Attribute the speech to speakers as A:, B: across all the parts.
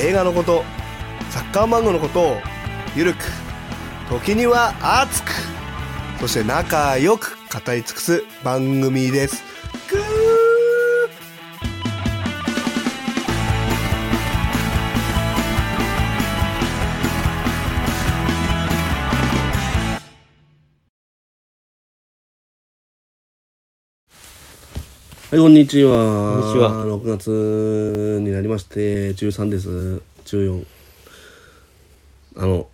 A: 映画のことサッカー漫画のことをゆるく時には熱くそして仲良く語り尽くす番組ですぐー
B: はい、こんにちは。
C: こんにちは
B: 6月になりまして、13です。14。あの、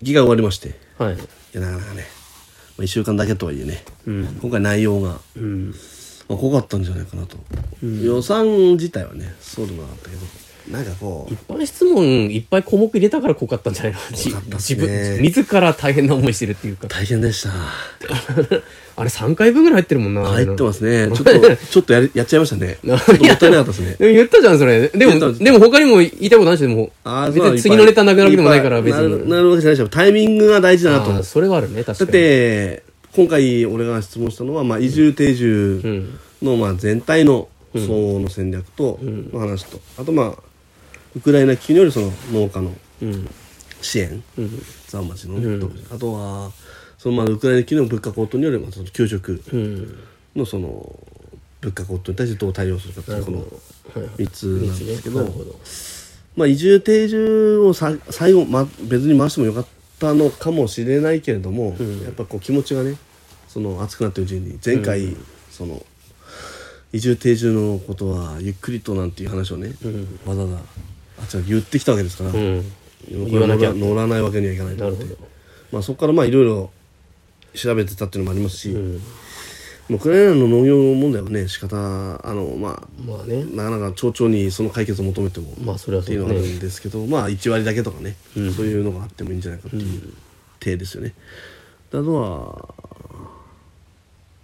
B: ギが終わりまして、い
C: はい。
B: や、なかなかね、まあ、1週間だけとはいえね、
C: うん。
B: 今回内容が、
C: うん。
B: まあ、濃かったんじゃないかなと。予算自体はね、そうでもなかったけど、なんかこう
C: 一、般質問いっぱい項目入れたから濃かったんじゃないのじ
B: 濃かったっす
C: 自
B: ね
C: 分、自ら大変な思いしてるっていうか。
B: 大変でした。
C: あれ3回分ぐらい入ってるもんな。。
B: 入ってますすね。ちょっ と、ちょっとやりやっちゃいましたね。ちょっともったいなかったですね。
C: でも言ったじゃん、それ。で
B: 言ったん
C: も、
B: です
C: でも他にも言いたいことないし、でも
B: あー
C: 別
B: そういっぱい
C: に次のネタなくなるわけでもないか
B: っ
C: ら、
B: ぱ
C: 別
B: なる
C: に。
B: なるわけじゃないでしょ。タイミングが大事だなと
C: あ。ーそれはあるね、確
B: だ
C: か
B: っ
C: に。、
B: て今回俺が質問したのは、まあ、移住定
C: う
B: 住
C: ん。
B: の、まあ、全体の相応の戦略と、の話とあとまあウクライナ危機によるその農家の
C: うん。
B: 支援
C: うん。
B: 三町のね、とあとはその、まあ、ウクライナ危機の物価高騰による、まあ、その給食
C: うん。
B: のその物価高騰に対してどう対応するかっていうこの
C: はいはい
B: 3つなんですけど
C: なるほど。
B: まあ、移住定住をさ最後、ま、別に回してもよかったのかもしれないけれども、やっぱこう気持ちがねその熱くなってるうちに前回、その移住定住のことはゆっくりとなんていう話をね、わざわざあちら言ってきたわけですから、
C: うん。
B: 言
C: 言わなきゃ
B: 乗らないわけにはいかないと思って
C: なるほど
B: まあ、そこからまあいろいろ調べてたっていうのもありますし、
C: ん
B: まあウクライナの農業問題はね仕方あのまあ
C: まあね。
B: なかなか町長にその解決を求めても、
C: まあそれは
B: って
C: そ
B: い
C: う
B: う
C: だ
B: の
C: ね
B: があるんですけど、まあ1割だけとかね、そういうのがあってもいいんじゃないかっていう体ですよね。であとは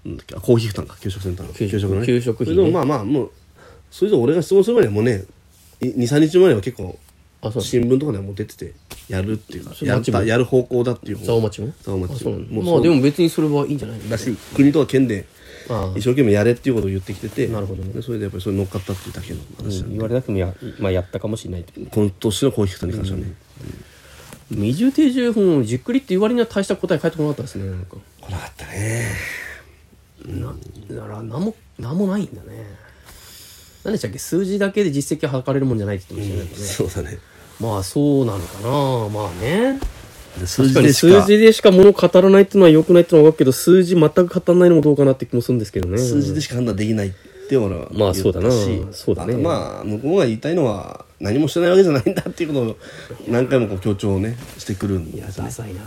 B: なんだっけあ公費負担か給食センターの
C: 給食
B: のね
C: 給食費ね
B: それでもまあまあもうそれ以上俺が質問する前にはもうね23日前には結構
C: あ、そう。
B: 新聞とかではもう出ててやるっていうか
C: そう
B: やったやる方向だっていう
C: 蔵王町も
B: 蔵王町
C: あそうなんだ
B: もう
C: まあでも別にそれはいいんじゃない
B: だし国とか県で
C: ああ
B: 一生懸命やれっていうことを言ってきてて
C: なるほどね
B: でそれでやっぱりそれに乗っかったっていうだけの話なんで
C: 言われなくてもや,、まあ、やったかもしれないけど
B: 今年の公費負担に関してはね、
C: 移住定住もうじっくりって言われには大した答え返ってこなかったですねなんか
B: 来なかったね
C: ななら何も何もないんだね何でしたっけ数字だけで実績は測れるもんじゃないって言ってましたけどね、
B: そうだね
C: まあそうなのかなまあね
B: 数
C: 確かに数字でしか物を語らないっていうのは良くないっていうのは分かるけど数字全く語らないのもどうかなって気もするんですけどね
B: 数字でしか判断できないって俺は
C: まあそうだな
B: 言ったし
C: そうだね
B: あとまあ向こうが言いたいのは何もしてないわけじゃないんだっていうことを何回もこう強調をねしてくるん
C: いや
B: ですよ
C: ダ
B: ね
C: サいな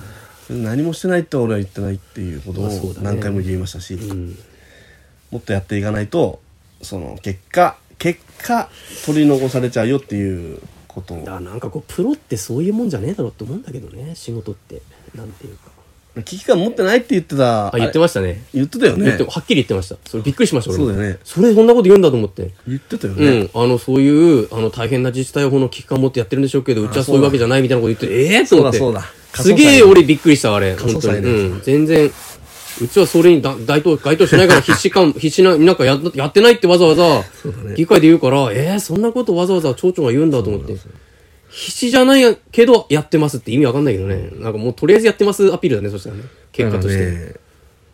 B: 何もしてないとは俺は言ってないっていうこと
C: まあそう
B: を
C: だね
B: 何回も言いましたし、
C: うん
B: もっとやっていかないとその結果結果取り残されちゃうよっていうことを
C: だからなんかこうプロってそういうもんじゃねえだろうって思うんだけどね仕事ってなんていうか
B: 危機感持ってないって言ってた
C: あ言ってましたね
B: 言ってたよ
C: 言
B: ね
C: ってはっきり言ってましたそれびっくりしました俺も
B: そうだよね
C: それそんなこと言うんだと思って
B: 言ってたよ
C: う
B: ね、
C: ん、あのそういうあの大変な自治体をこの危機感を持ってやってるんでしょうけどうちはそういうわけじゃないみたいなこと言ってええー、と思って
B: そうだそうだ
C: すげえ俺びっくりしたあれ
B: 過
C: 本
B: 疎
C: 当
B: 祭
C: に、
B: ね
C: うん、全然うちはそれにだ該当該当しないから必死感必死ななんか ややってないってわざわざ議会で言うからえー、そんなことわざわざ町長が言うんだと思って必死じゃないけどやってますって意味わかんないけどねなんかもうとりあえずやってますアピールだねそしたらね結果として、
B: ね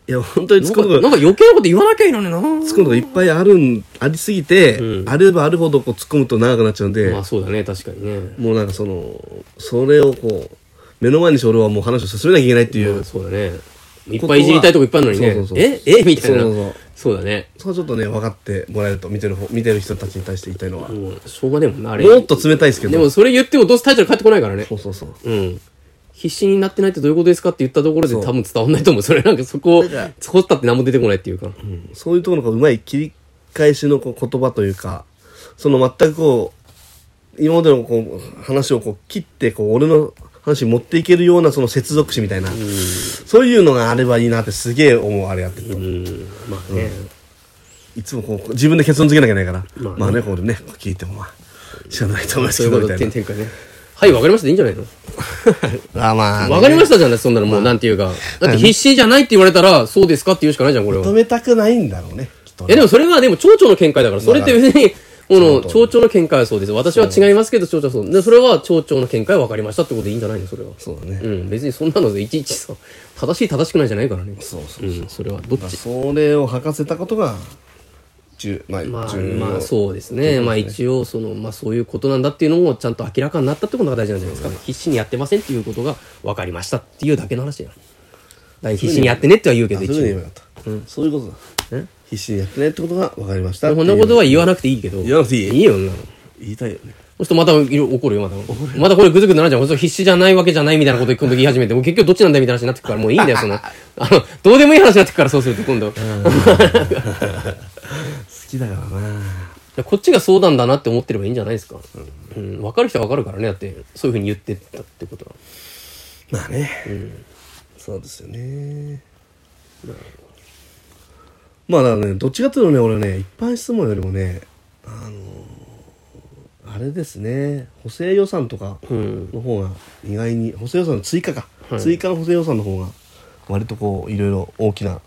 B: いや本当に
C: な
B: 突
C: ん
B: っ込
C: か
B: む
C: なんか余計なこと言わなきゃいいのにな
B: 突っ込むとこいっぱいあるんありすぎて、
C: うん
B: あればあるほどこう突っ込むと長くなっちゃうんで、
C: まあそうだね確かにね
B: もうなんかそのそれをこう目の前にして俺はもう話を進めなきゃいけないっていう、
C: まあそうだねいっぱいいじりたいとこいっぱいあるのにね
B: そうそうそう
C: ええみたいな
B: そ
C: そうう
B: そう
C: だね、
B: それはちょっとね分かってもらえると見てる方見てる人たちに対して言いたいのは、
C: もうしょうがねえもんなあれ
B: もっと冷たいですけど
C: でもそれ言ってもどうせ大将返ってこないからね
B: そうそうそう
C: うん必死になってないってどういうことですかって言ったところで多分伝わんないと思うそれなんかそこを
B: だから
C: 突っったって何も出てこないっていうか、
B: そういうところのこううまい切り返しのこう言葉というかその全くこう今までのこう話をこう切ってこう俺の話に持っていけるようなその接続詞みたいな、そういうのがあればいいなってすげえ思うあれやってると、
C: まあね、
B: いつもこう自分で結論付けなきゃいけないからま
C: ま
B: あ
C: あ
B: ね,、
C: ね
B: これね聞いてもまあ知らないと思います
C: そう
B: け
C: いう
B: どみ
C: こ
B: た
C: と
B: い
C: 展展開ねはいわかりましたでいいんじゃないの
B: なあまあ、
C: わかりま
B: し
C: したじゃないそんなのもうなんていうかだって必死じゃないって言われたらそうですかって言うしかないじゃんこれは
B: た止めたくないんだろうねきっと
C: え
B: ね
C: でもそれはでも町長の見解だからそれって別にこの町長の見解はそうです私は違いますけど町長はそうでそれは町長の見解は分かりましたってことでいいんじゃないのそれは
B: そうだね
C: うん別にそんなのでいちいちさ正しい正しくないじゃないからね
B: そうそうそう
C: うんそれはどっち
B: それを吐かせたことが重まあ、
C: まあ、
B: 重要
C: まあそうですねまあ一応その、まあ、そういうことなんだっていうのもちゃんと明らかになったってことが大事なんじゃないですか、必死にやってませんっていうことが分かりましたっていうだけの話や必死にやってねっては言うけ
B: あ
C: ど
B: そうい
C: 一
B: うふうに言えば
C: 応
B: よかった、そういうことだ
C: え
B: 必死にやってねってことが分かりました
C: そんなことは言わなくていいけど
B: 言わなくていい
C: いいよそんなの
B: 言いたいよね
C: そうするとまた怒るよ、また。またこれぐずぐずなるじゃん。そう必死じゃないわけじゃないみたいなこと今 度言い始めて、もう結局どっちなんだみたいな話になってくから、もういいんだ よ、その。あの、どうでもいい話になってくから、そうすると 今度。
B: 好きだからな
C: こっちがそうなんだなって思ってればいいんじゃないですか。うん。分かる人は分かるからね、だって、そういうふうに言ってたってことは。
B: まあね、そうですよねまあだからねどっちかっていうとね俺ね一般質問よりもねあのーあれですね補正予算とかの方が意外に補正予算の追加か、追加の補正予算の方が割とこういろいろ大きな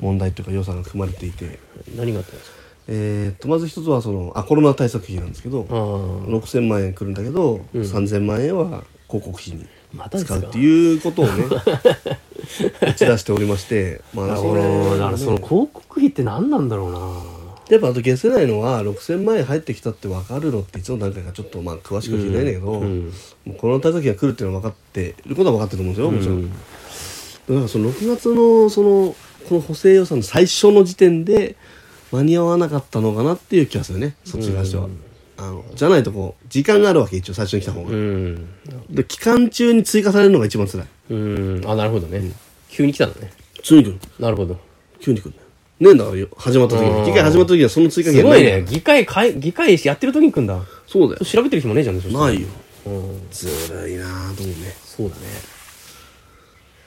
B: 問題というか予算が組まれていて、
C: 何があったんですか
B: えー、とまず一つはそのあコロナ対策費なんですけど
C: ああ。
B: 6000万円くるんだけど、3000万円は広告費に
C: またです
B: 使
C: か
B: うっていうことをね打ち出しておりましてま あそれ
C: の広告費って何なんだろうな
B: やっぱあと消せないのは6000万円入ってきたって分かるのっていつの段階かちょっとまあ詳しくは聞いてないんだけど、
C: うん
B: もうコロナ対策費が来るっていうのは分かってることは分かってると思うんですよもちろん。だからその6月のそのこの補正予算の最初の時点で間に合わなかったのかなっていう気がするねそっちに関しては。あのじゃないとこう時間があるわけ一応最初に来た方が。
C: うん。
B: で期間中に追加されるのが一番辛い
C: うん。あ、なるほどね。急に来たのね。
B: 急に来る
C: なるほど。
B: 急に来るんだよねえんだからよ始まった時
C: う
B: に
C: ん
B: 議会始まった時にはその追加
C: す
B: 権
C: ご
B: ないいから
C: ね。議会かい、議会やってる時に来んだ。
B: そうだよ
C: 調べてる日もねえじゃんね、そしたら
B: ないよ
C: うん。
B: ずるいなぁと思うね
C: そうだね。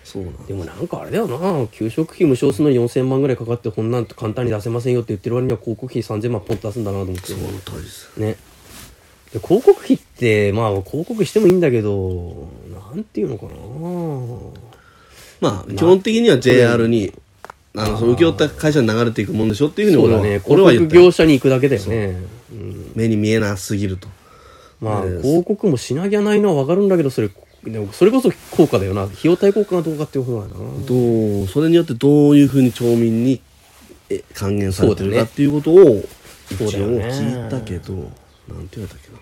B: そうなんだ
C: でもなんかあれだよな、給食費無償するのに4000万ぐらいかかって、こんなん簡単に出せませんよって言ってる割には広告費3000万ポンと出すんだなと思って。
B: その通りです
C: ね。で広告費って、まあ広告してもいいんだけど、なんていうのかな
B: まあ基本的には JR にあのその請け負った会社に流れていくもんでしょっていうふうに
C: そう
B: 俺
C: だ
B: は
C: ね、
B: 俺
C: 広
B: は言
C: 告
B: ってる
C: 業者に行くだけだよね。うん、
B: 目に見えなすぎると
C: まあ広告もしなきゃないのはわかるんだけど、それ、でもそれこそ効果だよな。費用対効果がどうかっていうことだよな。
B: どうそれによってどういうふうに町民にえ還元されてる
C: そうだ
B: か
C: ね
B: っていうことを一応
C: そうだよね
B: 聞いたけど、なんて言われたっけな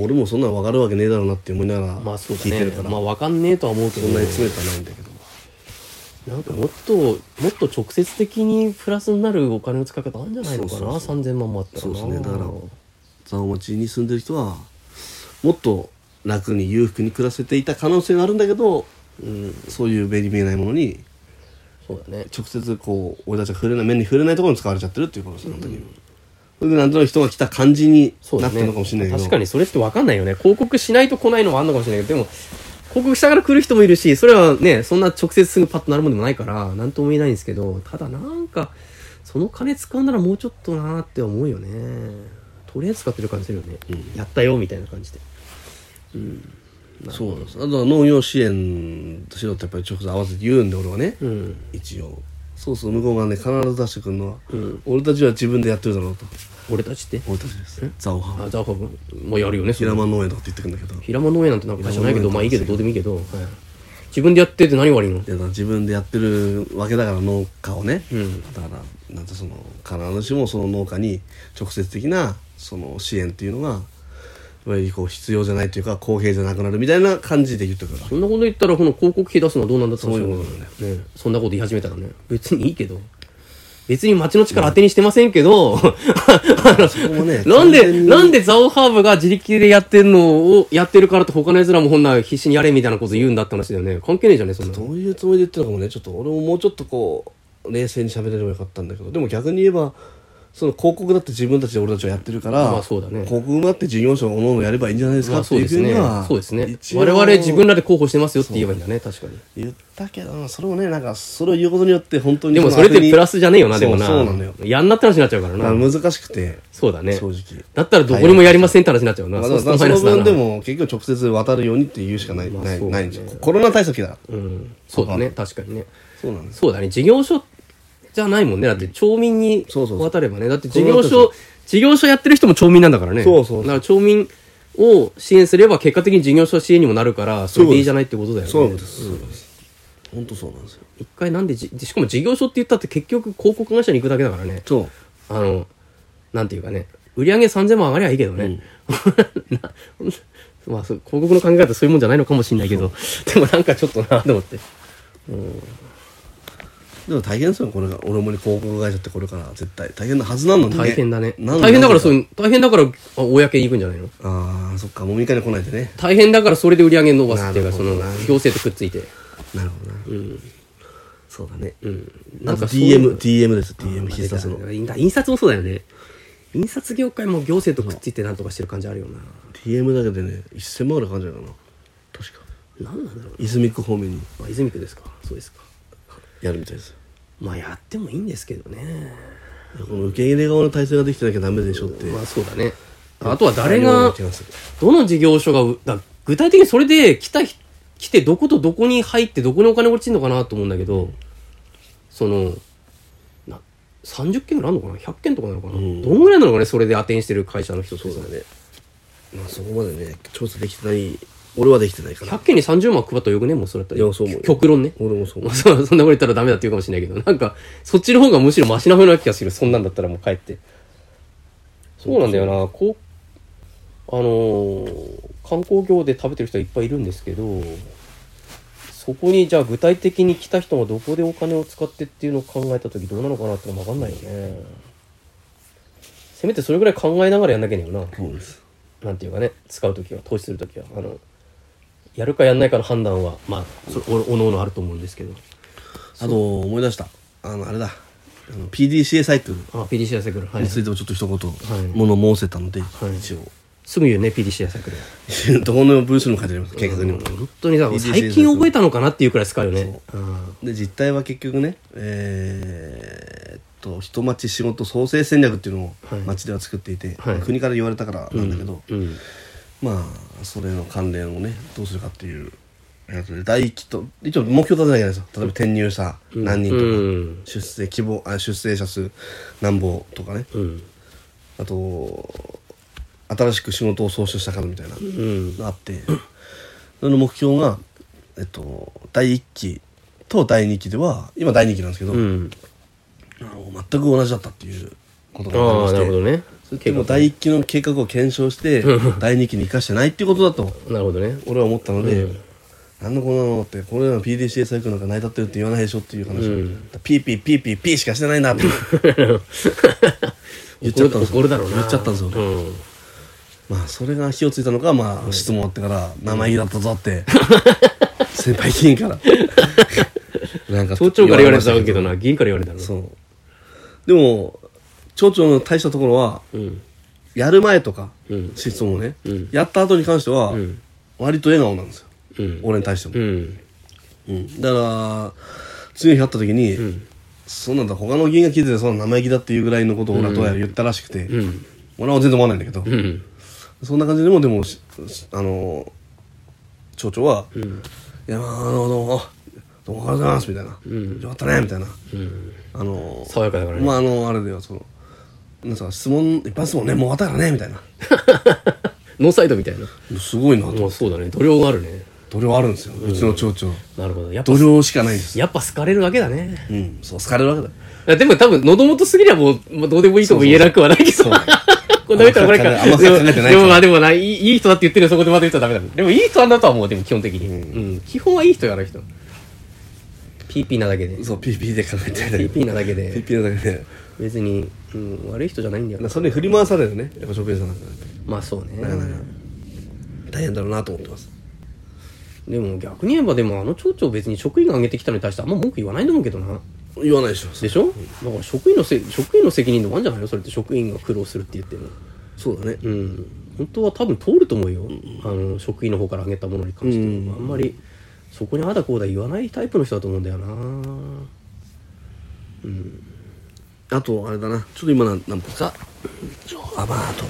B: 俺もそんなの分かるわけねえだろうなって思いながら
C: まあそうだ
B: 聞いてる
C: ね
B: から、。
C: まあわかんねえとは思うけ
B: そ
C: ど、
B: んなに
C: ね、
B: 詰めたないんだけど
C: なんかもっと、もっと直接的にプラスになるお金の使い方あるんじゃないのかな、
B: そう
C: 3000万もあったらな。
B: そうですねだから蔵王町に住んでる人はもっと楽に裕福に暮らせていた可能性があるんだけど
C: うん、
B: そういう目に見えないものに
C: そうだね。
B: 直接こう俺たちが触れない目に触れないところに使われちゃってるっていうことですよ本当に、それでなんとなく人が来た感じに
C: そう
B: な
C: だ
B: って
C: ね。
B: るのかもしれないけど、
C: 確かにそれってわかんないよね。広告しないと来ないのもあんのかもしれないけど、でも、広告したから来る人もいるし、それはね、そんな直接すぐパッとなるもんでもないから、なんとも言えないんですけど、ただなんか、その金使うならもうちょっとなーって思うよね。とりあえず使ってる感じするよね。やったよ、みたいな感じで。
B: そうなんですあとは農業支援しろってやっぱり直接合わせて言うんで俺はね、
C: うん。
B: 一応そうすると向こうがね必ず出してくるのは、俺たちは自分でやってるだろうと
C: 俺たちって。
B: 俺たちですザオハン
C: あ、ザーファブもうやるよね、それ
B: 平間農園とかって言ってくるんだけど
C: 平間農園なんてなんか会社ないけ
B: 平間農
C: ど、
B: 園
C: まあいいけど、どうでもいいけど、自分でやってて何悪いの
B: いやだから自分でやってるわけだから農家をね、
C: うん
B: だからなんてその必ずしもその農家に直接的なその支援っていうのがいわゆるこう必要じゃないというか公平じゃなくなるみたいな感じで言ってくるわ
C: そんなこと言ったら、この広告費出すのはどうなんだって話
B: そう
C: だ
B: い
C: よ
B: う
C: ね
B: ことなんだよ
C: ねそんなこと言い始めたらね、別にいいけど。別に町の力当てにしてませんけ ど、
B: そこもね
C: なん
B: 完全
C: で、
B: に
C: なんでザオハーブが自力でやってるのを、やってるからって他の奴らもこんな必死にやれみたいなこと言うんだって話だよね。関係ねえじゃねえ、そんなの。
B: どういうつもりで言ってるのかもねちょっと俺ももうちょっとこう冷静に喋れればよかったんだけどでも逆に言えばその広告だって自分たちで俺たちはやってるから、
C: まあそうだね
B: 広告だって事業所がおのおのやればいいんじゃないです
C: ま
B: か
C: あ
B: って
C: そう
B: い
C: で
B: う
C: す
B: ふうに
C: ね
B: は、。
C: そうですね。
B: 一応
C: 我々自分らで候補してますよって言えばいいんだね、確かに。
B: 言ったけどそれもねなんかそれを言うことによって本当に
C: でもそれってプラ
B: ス
C: スじゃねえよな、でもな。
B: そうそうなのよ
C: やんなって話になっちゃうからな。
B: 難しくて、
C: そうだね。
B: 正直
C: だったらどこにもやりませんって話になっちゃうな。
B: まあ、
C: そう
B: だ
C: す
B: か
C: る
B: ら
C: と
B: そ
C: マイナ
B: の
C: スだな
B: 分でも結局直接渡るようにって言うしかない,、
C: まあ
B: ない
C: そうね
B: ないんじゃんコロナ対策だ
C: うん。そうだね、確かにね。
B: そうなんです
C: そうだね、事業所じゃないもんね。だって町民に
B: そうそうそう
C: 渡ればね。だって
B: そ
C: 事
B: うなん
C: 業
B: ですよ
C: 所、事業所やってる人も町民なんだからね。
B: そうそうそう
C: だから町民を支援すれば結果的に事業所支援にもなるから、それでいいじゃないってことだよね。
B: そうなんですそうなんです本当そうなんですよ
C: 一回なんでじ、しかも事業所って言ったって結局広告会社に行くだけだからね。
B: そう
C: あの、なんていうかね、売り上げ3000万上がりゃいいけどね。な まあ、そう広告の考え方そういうもんじゃないのかもしれないけど、でもなんかちょっとなと思って。
B: でも大変ですよこれが俺もね広告会社ってこれから絶対大変なはずなのにね
C: 大変だね。
B: なんで
C: 大変だからそう
B: う
C: いう、大変だから、あ公に行くんじゃないの
B: ああそっかもみ会に来ないでね
C: 大変だからそれで売り上げ伸ばすっていうか、
B: な
C: そ
B: るほ
C: の
B: どな、
C: 行政とくっついて。
B: なるほどなそうだねな
C: な
B: んん
C: か
B: か
C: そういう
B: DM DM です DM 必殺の
C: 印刷印刷もそうだよね。印刷業界も行政とくっついてなんとかしてる感じあるよな。
B: DM だけでね1000万ぐらいかかるんじゃないかな確か
C: なんなんだろう。
B: 泉区方面に
C: まあ、泉区ですか。そうですか。
B: やるみたいです
C: まあ、やってもいいんですけどね。
B: この受け入れ側の体制ができてなきゃダメでしょって
C: まあ、そうだね。あとは誰が、
B: 気がする
C: どの事業所がう、だ具体的にそれで来た人、来てどことどこに入ってどこにお金落ちるのかなと思うんだけど、その、な30件ぐらいあるのかな ?100 件とかなのかな、
B: ん
C: どのぐらいなのかねそれでアテンしてる会社の人って
B: そう
C: さ
B: だねまあそこまでね調査できてない俺はできてないから
C: 100件に30万配ったらよくねもうそれだったら。
B: いやそう思うよ
C: 極論ね。
B: 俺もそう
C: ま
B: 思
C: あ、そうそんなこと言ったらダメだって言うかもしれないけど、なんか、そっちの方がむしろマシな風な気がする。そんなんだったらもう帰って。そうなんだよな。こう、あのー観光業で食べてる人はいっぱいいるんですけど、そこにじゃあ具体的に来た人がどこでお金を使ってっていうのを考えた時どうなのかなってのは分かんないよね。せめてそれぐらい考えながらやんなきゃいけないよ
B: うそうです
C: な。なんていうかね、使う時は、投資する時は。あの、やるかやんないかの判断は、まあ、それおおのおのあると思うんですけど。
B: あと思い出したあのあれだあの PDCA サイトに
C: あ、PDCA サイクル。はい。
B: ついてもちょっと一
C: い
B: 言物申せたので、
C: い
B: 一応
C: すぐ言うね、PDCA サイクル。
B: どこの文章にも書いてあります計画にも、
C: 本当にさ、
B: PDCA
C: 最近覚えたのかなっていうくらい使うよね。うん
B: で実態は結局ねえーっと人町仕事創生戦略っていうのを
C: はい
B: 町では作っていて、
C: はい
B: 国から言われたからなんだけど、
C: うん。
B: まあそれの関連をねどうするかっていうやつで第一期と一応目標立てなきゃいけないんですよ例えば転入者何人とか、
C: うん
B: 出生希望あ出生者数何ぼとかね、
C: うん。
B: あと新しく仕事を創出したからみたいな
C: うん。
B: があって、その目標が、えっと、第1期と第2期では今第2期なんですけど、
C: うん。
B: あの全く同じだったっていうことが
C: ああ、
B: 分か
C: な
B: り
C: る
B: ま
C: ほ
B: して
C: どね。
B: でも第1期の計画を検証して第2期に生かしてないっていうことだと
C: なるほどね。
B: 俺は思ったので、
C: うん
B: なんでこんなのってこれらの PDCA サイクルなんか成り立ってるって言わないでしょっていう話、ピーピーピーピーピーしかしてないなって 言っちゃったんですよ
C: 怒るだろうな。
B: 言っちゃったんですよ俺
C: うん。
B: まあそれが火をついたのかまあ質問終わってから生意気だったぞって 先輩議員から なんか
C: 町長から言われた
B: ました
C: けどな、議員から言われたの。
B: そうでも町長の大したところは
C: うん。
B: やる前とか、
C: うん
B: 質問をね、
C: うん
B: やった後に関しては、
C: ん
B: 割と笑顔なんですよ、
C: うん。
B: 俺に対しても
C: う、ん。
B: うんだから次の日会った時に、
C: ん
B: そんなんだ他の議員が聞いててそんな生意気だっていうぐらいのことを俺はどうやら言ったらしくて、
C: うん。
B: 俺は全然思わないんだけど、
C: うん。
B: そんな感じでもでもししあの町長は「
C: ん
B: いやまああのどうもどうもおはようございます」みたいな「
C: ん
B: よかったね」みたいな
C: うん。
B: あの
C: 爽やかだからね
B: まああのあれだよそのなんか質問いっぱい質問ねもう終わったからねみたいな
C: ノーサイドみたいな。
B: すごいなと
C: もうそうだね。度量があるね。
B: 度量あるんですよ、うちの町長
C: なるほど。やっぱ
B: 度、量しかないんです
C: やっぱ好かれるわけだね。
B: うんそう好かれるわけだ
C: いやでも多分、喉元すぎりゃもう、まあ、どうでもいいとも言えなくはないけど。 こんな人はこれか。
B: あんま考えあんま考えてない
C: でもまあでもない、いいいい人だって言ってるそこでまた言っちゃダメだもん。でもいい人なんだとは思う、でも基本的に。うん。基本はいい人やある人。ピーピーなだけで。
B: そう PP で考えて
C: ピ
B: る
C: ーピーなだけで。
B: PP だけで
C: 別に、うん、悪い人じゃないんだよ
B: なんか
C: な。
B: それに振り回されるねやっぱ職員さんなんか
C: まあそうね。
B: なかなか大変だろうなと思ってます
C: でも逆に言えば、でもあの町長別に職員が上げてきたのに対してあんま文句言わないと思うけどな。
B: 言わないでしょ
C: でしょだから職員のせ職員の責任でもあるんじゃないのそれって職員が苦労するって言っても
B: そうだね
C: うん本当は多分通ると思うよ、あの職員の方からあげたものに関しては、あんまりそこにあだこうだ言わないタイプの人だと思うんだよな
B: あとあれだなちょっと今何何分かちょあまああと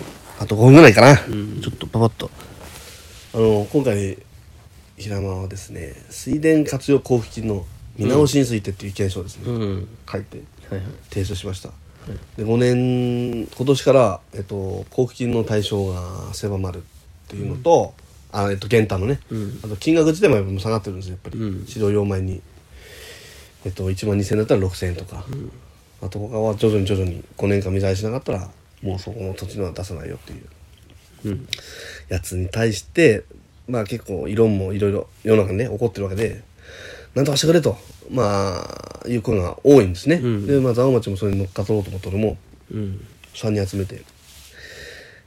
B: あと5分ぐらいかな、ちょっとパパッとあの今回平間はですね水田活用交付金の見直しについてっていう意見書をですね、
C: うん
B: 書いて
C: はいはい
B: 提出しました、で5年今年から、えっと、交付金の対象が狭まるっていうのと、あえっと減反のね、あと金額自体もやっぱ下がってるんですよやっぱり、
C: うん
B: 指導用米に、えっと、1万2000円だったら6000円とか、あと他は徐々に徐々に5年間見返しなかったらもうそこの土地のは出さないよっていう
C: うん
B: やつに対してまあ結構異論もいろいろ世の中にね起こってるわけでなんとかしてくれとまあいう声が多いんですね、
C: ん
B: でまあ蔵王町もそれに乗っかろうと思って俺も
C: うん
B: 3人集めて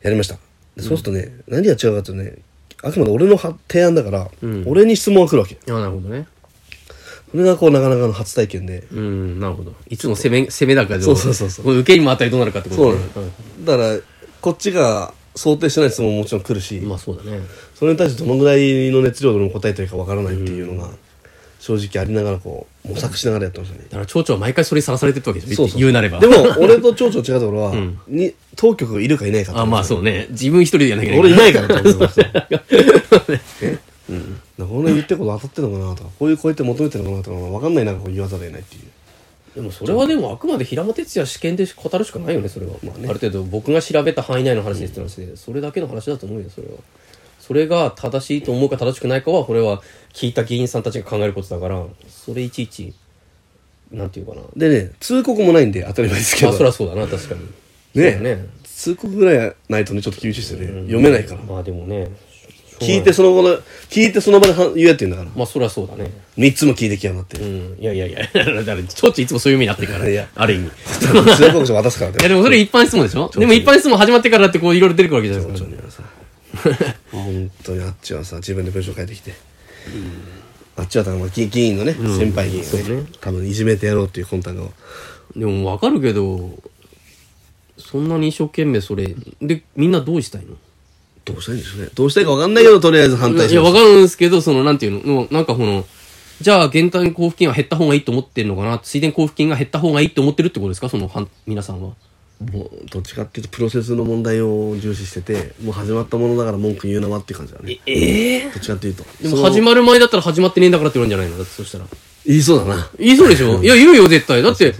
B: やりましたでそうするとね、何が違うかというとねあくまで俺のは提案だから、
C: うん
B: 俺に質問が来るわけ
C: あなるほどね
B: それがこうなかなかの初体験で
C: うんなるほどいつも攻め攻めだから
B: そうそうそうそう
C: これ受けにもあったりどうなるかってこと
B: そう
C: ね
B: なのだからこっちが想定してない質問ももちろん来るし、
C: うんまあそうだね
B: それに対してどのぐらいの熱量での答えというかわからないっていうのが正直ありながらこう模索しながらやってましたね
C: だから町長は毎回それにさらされてったわけでしょ言うなれば
B: でも俺と町長違うところは、
C: ん
B: に当局がいるかいないかと
C: あまあそうね自分一人でやんなきゃ
B: 俺い
C: い
B: ないからと思ってましたえうん、だからこの言ってること当たってるのかなとかこういう声って求めてるのかなとか分かんない中こう言わざるを得ないっていう
C: でもそれはでもあくまで平間哲也試験で語るしかないよねそれは、あ、る程度僕が調べた範囲内の話ですって話で、それだけの話だと思うよそれはそれが正しいと思うか正しくないかはこれは聞いた議員さんたちが考えることだからそれいちいちなんていうかな
B: でね通告もないんで当たり前ですけ
C: まあ
B: ど
C: そりゃそうだな確かに
B: ね
C: そうだね
B: 通告ぐらいないとねちょっと厳しいですよね、読めないから、
C: まあでもね
B: 聞いてその後の聞いてその場では言うやって言うんだから
C: まあそりゃそうだね
B: 3つも聞いてきやが って、
C: うんいやいやいやだからちょっちいつもそういう目になってるから
B: いや
C: ある意 味
B: 通告書渡すからね
C: いやでもそれ一般質問でしょでも一般質問始まってからだってこういろいろ出てくるわけじゃないですか
B: 本当にさ本当にあっちはさ自分で文章書いてきて、あっちはだからまあ議議員のね、先輩議員をね多分いじめてやろうっていう魂胆が
C: でもわかるけどそんなに一生懸命それでみんなどうしたいの
B: どうしたいんでしょうねどうしたいか分かんないけどとりあえず反対
C: い
B: し
C: やわ
B: ます
C: かるんですけどそのなんていうのもうなんかこのじゃあ減反交付金は減った方がいいと思ってるのかな水田交付金が減った方がいいと思ってるってことですかそのはん皆さんは
B: もうどっちかっていうとプロセスの問題を重視しててもう始まったものだから文句言うなわっていう感じだね
C: ええ
B: どっちかっていうと
C: でも始まる前だったら始まってねえんだからって言われるんじゃないのだってそしたら
B: 言いそうだな
C: 言いそうでしょいや言うよ絶対だって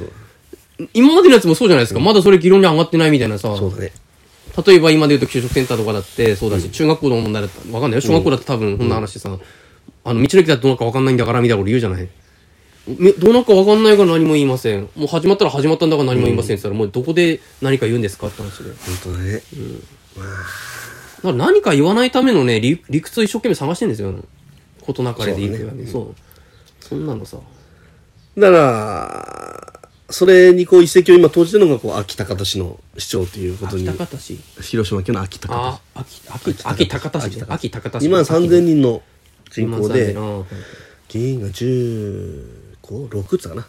C: 今までのやつもそうじゃないですか、まだそれ議論に上がってないみたいなさ
B: そうだね
C: 例えば今で言うと給食センターとかだってそうだし、中学校の問題だったわかんないよ小学校だって多分こんな話さ、あの道の駅だってどうなるかわかんないんだからみたいなこと言うじゃないみどうなるかわかんないから何も言いませんもう始まったら始まったんだから何も言いませんって言ったら、もうどこで何か言うんですかって話でだか
B: 本当だね、
C: ら何か言わないためのね理理屈を一生懸命探してんですよことなかれでいいわけ
B: そう
C: そう,、そんなのさ
B: だからそれにこう一石を今投じてるのがこう秋高田市の市長っていうこと
C: 秋
B: に
C: 高田市
B: 広島県の秋高田市
C: あ秋秋秋高田市です秋高田市
B: 2万3000人の人
C: 今
B: 口
C: さね
B: で
C: な
B: 議員が156つかな、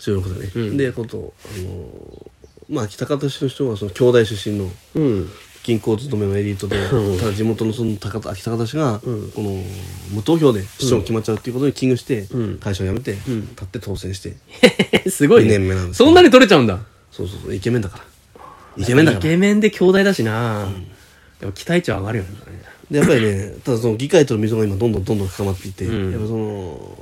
B: 16だね、でことあのーまあ喜多方市の人はその兄弟出身の
C: うん
B: 銀行勤めのエリートで、ただ地元のその高田北方市が、この無投票で市長が決まっちゃうっていうことに危惧して、会社を辞めて、立って当選して、
C: すごい
B: 二
C: ね。
B: 年目なんですよ
C: そんなに取れちゃうんだ。
B: そうそうそうイケメンだからイケメンだ
C: イ
B: から
C: ケメンで兄弟だしな、でも期待値は上がるよね。
B: でやっぱりねただその議会との溝が今どんどんどんどん深まっていて、
C: ん
B: やっぱその、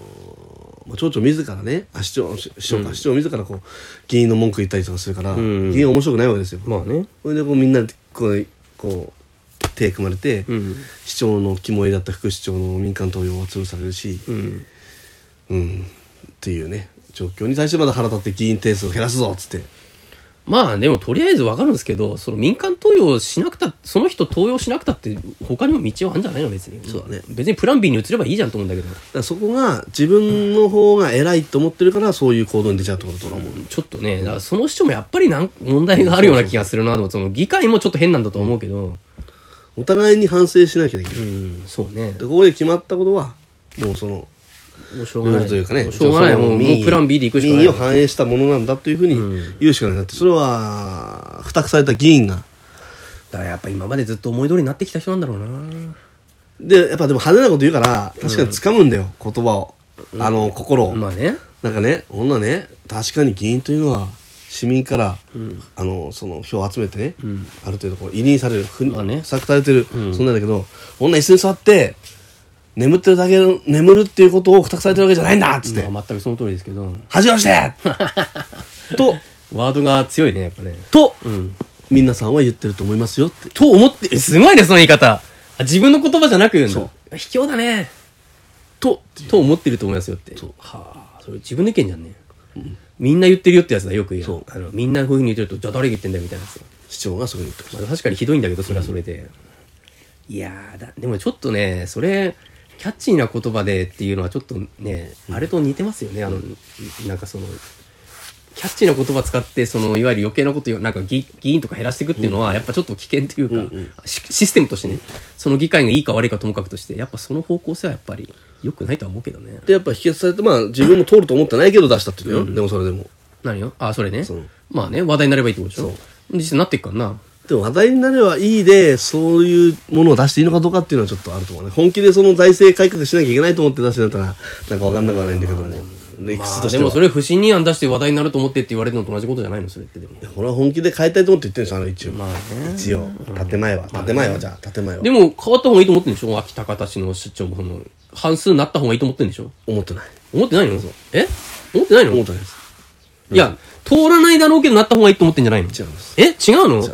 B: まあ、町長自らねあ市長市市長か、市長自らこう議員の文句言ったりとかするから、
C: ん
B: 議員面白くないわけですよ、
C: まあね。
B: それでこうみんなでこうこう手組まれて、
C: ん
B: 市長の肝入りだった副市長の民間投票は潰されるし、
C: うん。
B: うんっていうね状況に対してまだ腹立って議員定数を減らすぞっつって
C: まあでもとりあえずわかるんですけど、その民間投与しなくた、その人投与しなくたって他にも道はあるんじゃないの別に。そう
B: だね
C: 別にプラン B に移ればいいじゃんと思うんだけど、
B: だからそこが自分の方が偉いと思ってるからそういう行動に出ちゃうってことだと思う、
C: ちょっとね、だからその人もやっぱりなん問題があるような気がするなと思って、その議会もちょっと変なんだと思うけど、
B: お互いに反省しなきゃいけない、
C: うん、そうね
B: で。ここで決まったことはもうその
C: もうしょう
B: ル
C: が
B: ー
C: な
B: ル
C: い。
B: というかね
C: しょうがない。
B: その
C: もう
B: 民意
C: もうプラン B で行くしかな
B: 民
C: い
B: 意を。反映したものなんだというふうに言うしかないだってそれは付託された議員が
C: だからやっぱ今までずっと思い通りになってきた人なんだろうな。
B: でやっぱでも派手なこと言うから確かに掴むんだよ、言葉をあの心を、
C: まあね。
B: なんかね女ね確かに議員というのは市民から、あのその票を集めてね、ある程度こう委任されるふん
C: まあね
B: 策されてる、そんなんだけど女椅子に座って眠ってるだけの眠るっていうことを付託されてるわけじゃないんだっつって、
C: まあ全くその通りですけど。
B: 恥をして と
C: ワードが強いね、やっぱね。
B: と、みんなさんは言ってると思いますよって
C: と思って、えすごいね、その言い方。あ自分の言葉じゃなく言うんだ。卑怯だね。と、と思ってると思いますよって。はあ、それ自分の意見じゃんね。みんな言ってるよってやつだ、よく言う。
B: そう
C: あのみんなこういうふうに言ってると、じゃあ誰が言ってんだよみたいなやつ。
B: 市長がそう言ってまし
C: まあ、確かにひどいんだけど、それはそれで。いやーだ、でもちょっとね、それ、キャッチーな言葉でっていうのはちょっとね、あれと似てますよね、あの、なんかその、キャッチーな言葉使って、その、いわゆる余計なことよ、なんか議議員とか減らしていくっていうのは、やっぱちょっと危険というか、シシステムとしてね、その議会がいいか悪いかともかくとして、やっぱその方向性はやっぱり良くないとは思うけどね。
B: でやっぱ否決されてまあ自分も通ると思ってないけど出したって言うのよ、でもそれでも
C: 何よあ、それね
B: う。
C: まあね、話題になればいいってことでしょ。実際なっていくからな。
B: でも話題になればいいでそういうものを出していいのかどうかっていうのはちょっとあると思うね本気でその財政改革しなきゃいけないと思って出してんだったらなんか分かんなくはないんだけども理
C: ま
B: 屈
C: あ
B: として
C: で
B: は、
C: もそれ不信任案出して話題になると思ってって言われるのと同じことじゃないのそれってでも
B: これは本気で変えたいと思って言ってるんですよあの一応、
C: まあね
B: 一応建前は建前はじゃあ建前は
C: でも変わった方がいいと思ってるんでしょ秋高田市の市長もその半数になった方がいいと思ってるんでしょ
B: 思ってない
C: 思ってないのえ思ってないの
B: 思ってないです
C: いや通らないだろうけどなった方がいいと思ってんじゃないの
B: 違います
C: え違うの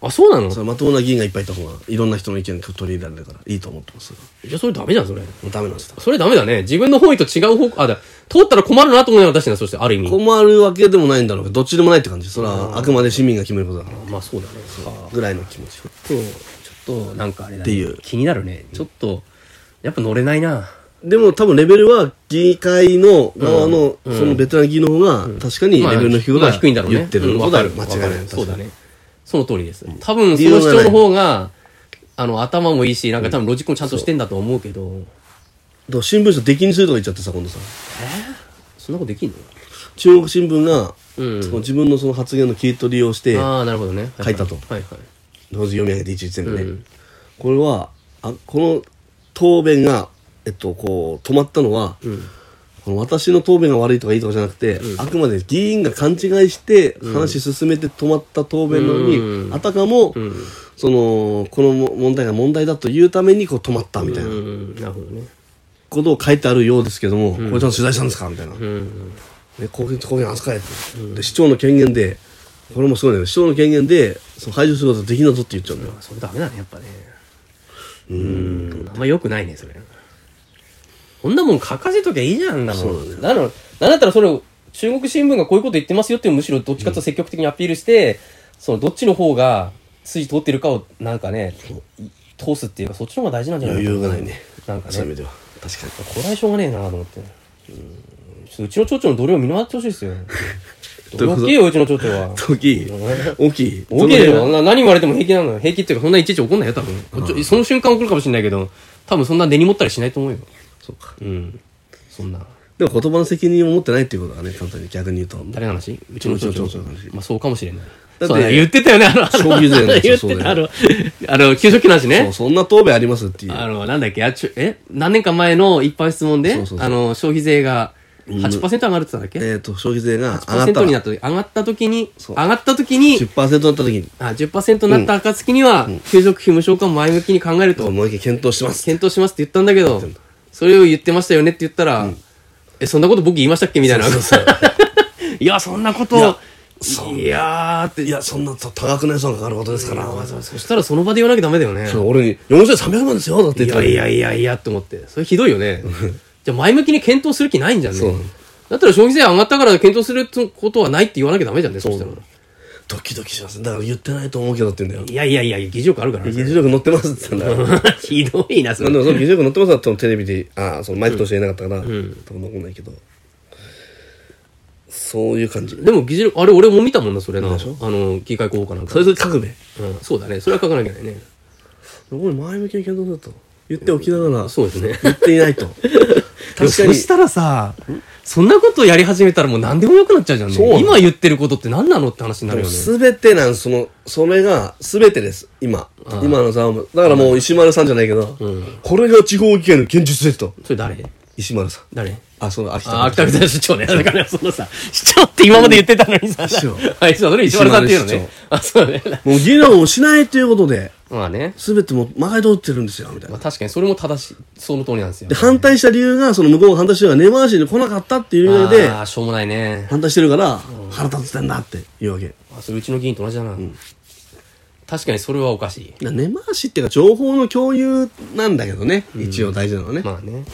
C: あそうなの
B: それまともな議員がいっぱいいた方がいろんな人の意見が取り入れられるからいいと思ってますも
C: じゃあそれダメじゃんそれ
B: うダメなんです
C: それダメだね自分の本意と違う方向あだ通ったら困るなと思いながら出してんだそしてある意味
B: 困るわけでもないんだろうけどどっちでもないって感じそれはあくまで市民が決めることだから
C: まあそうだねあ
B: ぐらいの気持ち
C: ちょっとちょっとなんかあれだね
B: っていう
C: 気になるねちょっとやっぱ乗れないな
B: でも多分レベルは議会の側のそのベテラン議員の方が確かにレベルの低い
C: まあ低いんだろうね。
B: 言ってる
C: うん
B: こ
C: わ
B: と
C: か
B: は
C: る。
B: 間違
C: わ
B: い
C: か
B: ない
C: るそうだ
B: 確か
C: ね。その通りです。多分、その主張の方が、あの、頭もいいし、なんか多分ロジックもちゃんとしてんだと思うけど、
B: にだ新聞社出禁にするとか言っちゃってさ今度さ
C: そんなことできんの
B: 中国新聞が
C: うん
B: その自分のその発言の切り取りをして
C: ああ、なるほどね。
B: 書いたと
C: はいはい。
B: 同時読み上げて一日全部ね、
C: うん
B: これはあこの答弁が、えっと、こう止まったのは、この私の答弁が悪いとかいいとかじゃなくて、あくまで議員が勘違いして話進めて止まった答弁なのに、
C: う
B: あたかも、そのこの問題が問題だというためにこう止まったみたいな
C: うん、なるほどね。
B: ことを書いてあるようですけども、これちゃんと取材したんですかみたいな、
C: うん。
B: ね、公権と公権扱えって、で市長の権限でこれもすごいね市長の権限でその排除することはできなぞって言っちゃうんだよ
C: それダメだね、やっぱね。うん。あんま良くないね、それ。こんなもん書かせときゃいいじゃん、なの。なの、なんだったらそれを、中国新聞がこういうこと言ってますよっていうのをむしろどっちかというと積極的にアピールして、そのどっちの方が筋通ってるかをなんかね、通すっていうか、そっちの方が大事なんじゃない
B: 余
C: か
B: 裕がないね
C: なんか
B: そういう意味、
C: ね
B: では確かに
C: これはしょうがねえなと思って。ちょっとうちの町長の同僚見回ってほしい ですよ。
B: どういうこ
C: 大
B: と
C: きいよ、うちの町長 は。
B: 大きい大きい
C: 大きい
B: ど
C: よ
B: の
C: な何言われても平気なのよ平気っていうかそんないちいち怒んないよ多分、ちょその瞬間怒るかもしれないけど多分そんな根に持ったりしないと思うよ
B: そうか
C: うんそんな
B: でも言葉の責任を持ってないっていうことがね簡単に逆に言うと
C: 誰の話うちの町長
B: うちの町長の話
C: まあそうかもしれない
B: て
C: そうだね言ってたよねあのあの
B: 消費税の話
C: 言っ
B: そう
C: て
B: だ
C: たあ
B: よ
C: のあの給食費の話
B: そう
C: ね
B: そんな答弁ありますっていう
C: あのなんだっけあちょえ何年か前の一般質問
B: そ
C: で
B: うそうそう
C: あの消費税が8%上がるって言ったんだっけ、
B: えっと消費税が上がった
C: 8%に
B: ら
C: なった時上がった時に
B: そう
C: 上がった時に
B: 10%になった時に
C: あ10%になった暁には、給食費無償化も前向きに考えると、
B: もう一回検討してます
C: 検討しますって言ったんだけど、それを言ってましたよねって言ったら、え、そんなこと僕言いましたっけみたいな。 いや、そんなこと、いやーって。
B: いやそんな多額な予算がかかることですから
C: そそしたらその場で言わなきゃダメだよね。
B: そう俺に4300万ですよだって
C: い
B: 言った
C: や
B: ら
C: いやいやいやって思って。それひどいよね。じゃあ前向きに検討する気ないんじゃんね。だったら消費税上がったから検討することはないって言わなきゃダメじゃんね、そしたら。
B: ドキドキしますだから言ってないと思うけどって言うんだよ
C: いやいやいや、議事録あるからね。
B: 議事録載ってますって言ったんだよ
C: ひどいな、そ
B: ま あで
C: れ。
B: もその議事録載ってますだったらテレビでああそのマイクとして言えなかったから多分残んないけどそういう感じ
C: でも議事録、あれ俺も見たもんな、それな。あの、議会候補かなんか
B: そ。れぞれ書くべ
C: うんそうだね。それは書かなきゃいけないね。
B: これ前向きに検討だと言っておきながら
C: そうですね。
B: 言っていないと確かに
C: そしたらさ、そんなことやり始めたらもう何でもよくなっちゃうじゃんね
B: そうなの
C: 今言ってることって何なのって話になるよね。
B: 全てなんそのそれが全てです今
C: ああ
B: 今のさんもだからもう石丸さんじゃないけど、
C: ん
B: これが地方議会の現実ですと
C: それ誰
B: 石丸さん
C: 誰
B: あその秋
C: あ
B: 田
C: あ、北口市長ね。だから、 そのさ、市長って今まで言ってたのにさ、
B: 市長
C: はい、そう、それ石丸さんっていうのね。あ、そうだね。
B: もう議論をしないということで
C: まあね。
B: 全てもう曲がり通ってるんですよみたい
C: ま
B: な
C: あ確かに、それも正しい、その通りなんですよ
B: で。反対した理由がその向こうが反対してるから根回しに来なかったっていう理由で
C: ああ、しょうもないね。
B: 反対してるから腹立ってんだっていうわけ
C: あそれうちの議員と同じだな。確かにそれはおかしい。
B: 根回しっていうか情報の共有なんだけどね、一応大事なのはね、
C: まあね。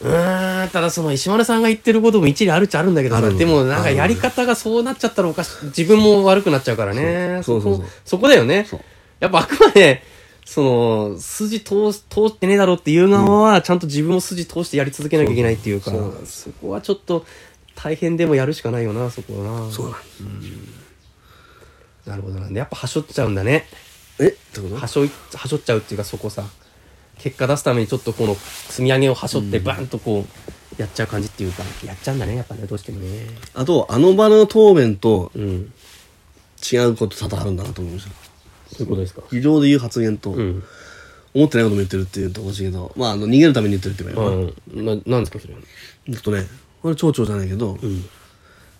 C: うーん、ただその石丸さんが言ってることも一理あるっちゃあるんだけど
B: あ
C: さ、
B: るの
C: でもなんかやり方がそうなっちゃったらおかしい。自分も悪くなっちゃうからね。
B: そうそうそうそ
C: こ
B: う
C: そこだよね
B: そう。
C: やっぱあくまで、その、筋通す通ってねえだろっていう側は、ちゃんと自分も筋通してやり続けなきゃいけないっていうか、そこはちょっと大変でもやるしかないよな、そこはな。
B: そうなん
C: なるほどなんで、やっぱはしょっちゃうんだね。
B: えってこと
C: はしょいはしょっちゃうっていうかそこさ結果出すためにちょっとこの積み上げをはしょってバーンとこうやっちゃう感じっていうかやっちゃうんだねやっぱねどうしてもね
B: あとあの場の答弁と
C: うん
B: 違うこと多々あるんだなと思いました
C: そういうことですか
B: 議場で言う発言と、
C: うん
B: 思ってないことも言ってるっていうとこしいけど、まあ、あの逃げるために言ってるって言えばいいのか
C: うんななんですかそれ
B: なちょっとねこれ町長じゃないけど、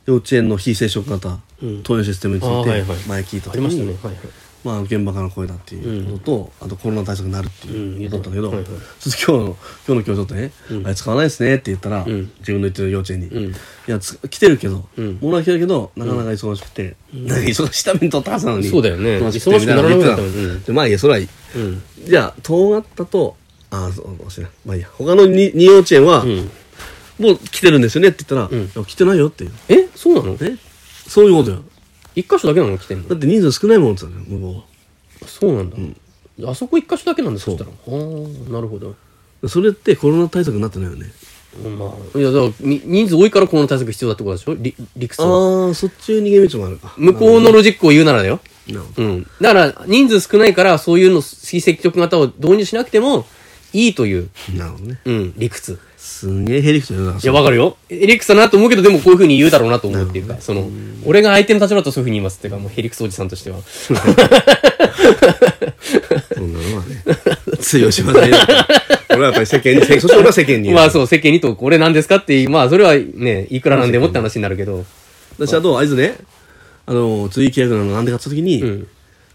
B: 幼稚園の非接触型投与システムにつ
C: あ
B: い
C: ーはい
B: て
C: はい
B: 前聞いた
C: あ
B: 時
C: りました
B: に
C: ねはいはい
B: まあ、現場からの声だっていうことと、あとコロナ対策になるって
C: うん
B: い
C: 言
B: うこ
C: って
B: とだったたけど、
C: はいはい
B: ちょっと今日の今日の今日ちょっとね、あれ使わないですねって言ったら、自分の言ってる幼稚園に、いやつ来てるけど、もら来てるけどなかなか忙しくて、なんか忙しいために取ったはずなのに
C: そうだよね
B: 忙しくてみたいなこと言ってたの
C: 忙しくならなかったのにうん
B: でまあいいやそれはいい、
C: うん
B: じゃあ遠がったとああそうかもしれないまあいいや他の 2, 幼稚園は、
C: ん
B: もう来てるんですよねって言ったら、いや来てないよっていう
C: えそうなの
B: えそういうことよ
C: 一箇所だけなの来てん
B: だ
C: の
B: って人数少ないもんって言ったのよ向こうは
C: そうなんだ、あそこ一箇所だけなんだそしたらああーなるほど
B: それってコロナ対策になってないよね
C: まあいやだからに人数多いからコロナ対策必要だってことでしょ理理屈は
B: ああそっちの逃げ道もあるか
C: 向こうのロジックを言うならだよ
B: なるほど
C: うん。だから、人数少ないから、そういうの、非積極型を導入しなくても、いいという、
B: なるほどね
C: うん、理屈。
B: すんげえヘリクトやない
C: や、わかるよ。ヘリクスだなと思うけど、でもこういうふうに言うだろうなと思うっていうか、その、俺が相手の立場だとそういうふうに言いますっていうか、もうヘリクスおじさんとしては。
B: そんなのはね通用しませんよ俺はやっぱり世間にそして俺は世間に
C: まあそう、世間にと、これなんですかっていう、まあそれはね、いくらなんでもって話になるけど、
B: 私あとあいつねあの追契約なのなんでかって時に、
C: うん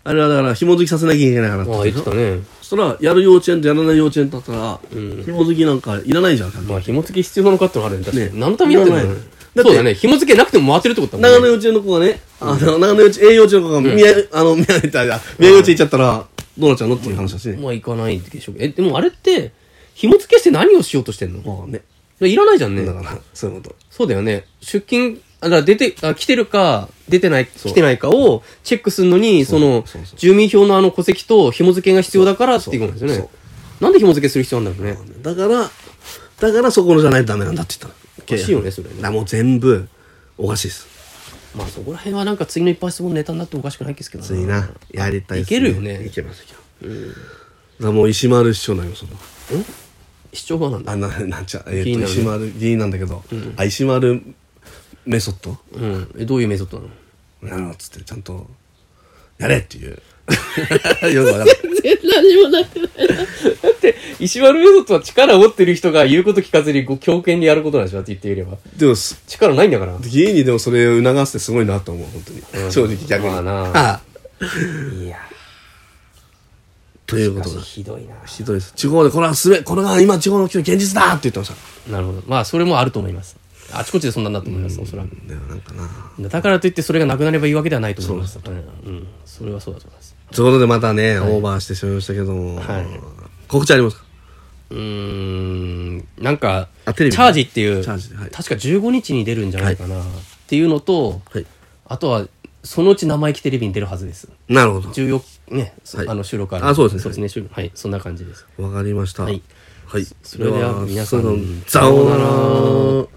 B: あれはだから紐付きさせなきゃいけないからって
C: まあ言ってたね。
B: そしたらやる幼稚園とやらない幼稚園だったら、紐付きなんかいらないじゃん
C: まあ紐付け必要なのかってのはあるね。確かに
B: ね
C: 何のためにやってんだ
B: いらな
C: ろうね
B: いだって
C: そうだね。紐付けなくても回ってるってことだも
B: 長
C: ん
B: 野
C: ね。
B: 幼稚園の子がね、あの長野幼稚園、A 幼稚園の子が宮、あの、宮根ってあれだ宮根幼稚園行っちゃったら、どうなっちゃうのっていう話だしね。
C: まあ行かないでしょうけど。え、でもあれって、紐付けして何をしようとしてんの
B: まあね。
C: いらないじゃんね。
B: だから、そういうこと。
C: そうだよね。出勤、あ、だから出て、あ、来てるか、出てない、来てないかをチェックするのに、その
B: そうそ、
C: 住民票のあの戸籍と紐付けが必要だからっていうことですよ
B: そう
C: ね。なんで紐付けする必要なんだろうね。
B: だから、だからそこのじゃないとダメなんだって言った
C: お
B: の。
C: かしいよねそれね
B: だからもう全部、おかしいです。
C: まあそこら辺はなんか次の一発目のネタになってもおかしくないですけど
B: ついな。やりたいっす
C: いけるよね
B: いけます、いけます。だからもう石丸市長なんよ、その。
C: 市長がなんだ。
B: あ、な、なんちゃ、えっ、
C: 議員
B: と、
C: なの
B: 石
C: に
B: 丸議員なんだけど、あ、石丸メソッド
C: うん。え、どういうメソッドな
B: な
C: の
B: のっつって、ちゃんと、やれ っていう。よくわかんない。
C: 全然何もなってないな。だって、石丸メソッドは力を持ってる人が言うこと聞かずに、こう、強権にやることなんでしょって言ってみれば。
B: でもす
C: 力ないんだから。
B: 議員にでもそれを促すってすごいなと思う本当に、正直逆に、
C: まあな
B: はい
C: や
B: という
C: ー、
B: こと
C: しか
B: で
C: しひどいな。
B: ひどいです地方でこれはすべこれが今地方の現実だって言ってまし
C: なるほど。まあ、それもあると思います。あちこちでそんなんだと思います、おそらく。
B: たでもなんかな
C: だからといって、それがなくなればいいわけではないと思います。うんうん。それはそうだと思います。
B: ということでまたね、オーバーしてしまいましたけども、
C: はい
B: 告知ありますか
C: うーん、なんか、
B: あテレビ
C: チャージっていう、
B: チャージではい
C: 確か15日に出るんじゃないかな、っていうのと、
B: はい
C: あとは、そのうち生意気テレビに出るはずです。
B: なるほど
C: 14、ね、そ
B: はい
C: あの収録ある
B: あそうですね
C: そうですね、収録はい、そんな感じです。
B: わかりました
C: はい
B: はい、
C: それでは皆さん
B: さよなら
C: さよなら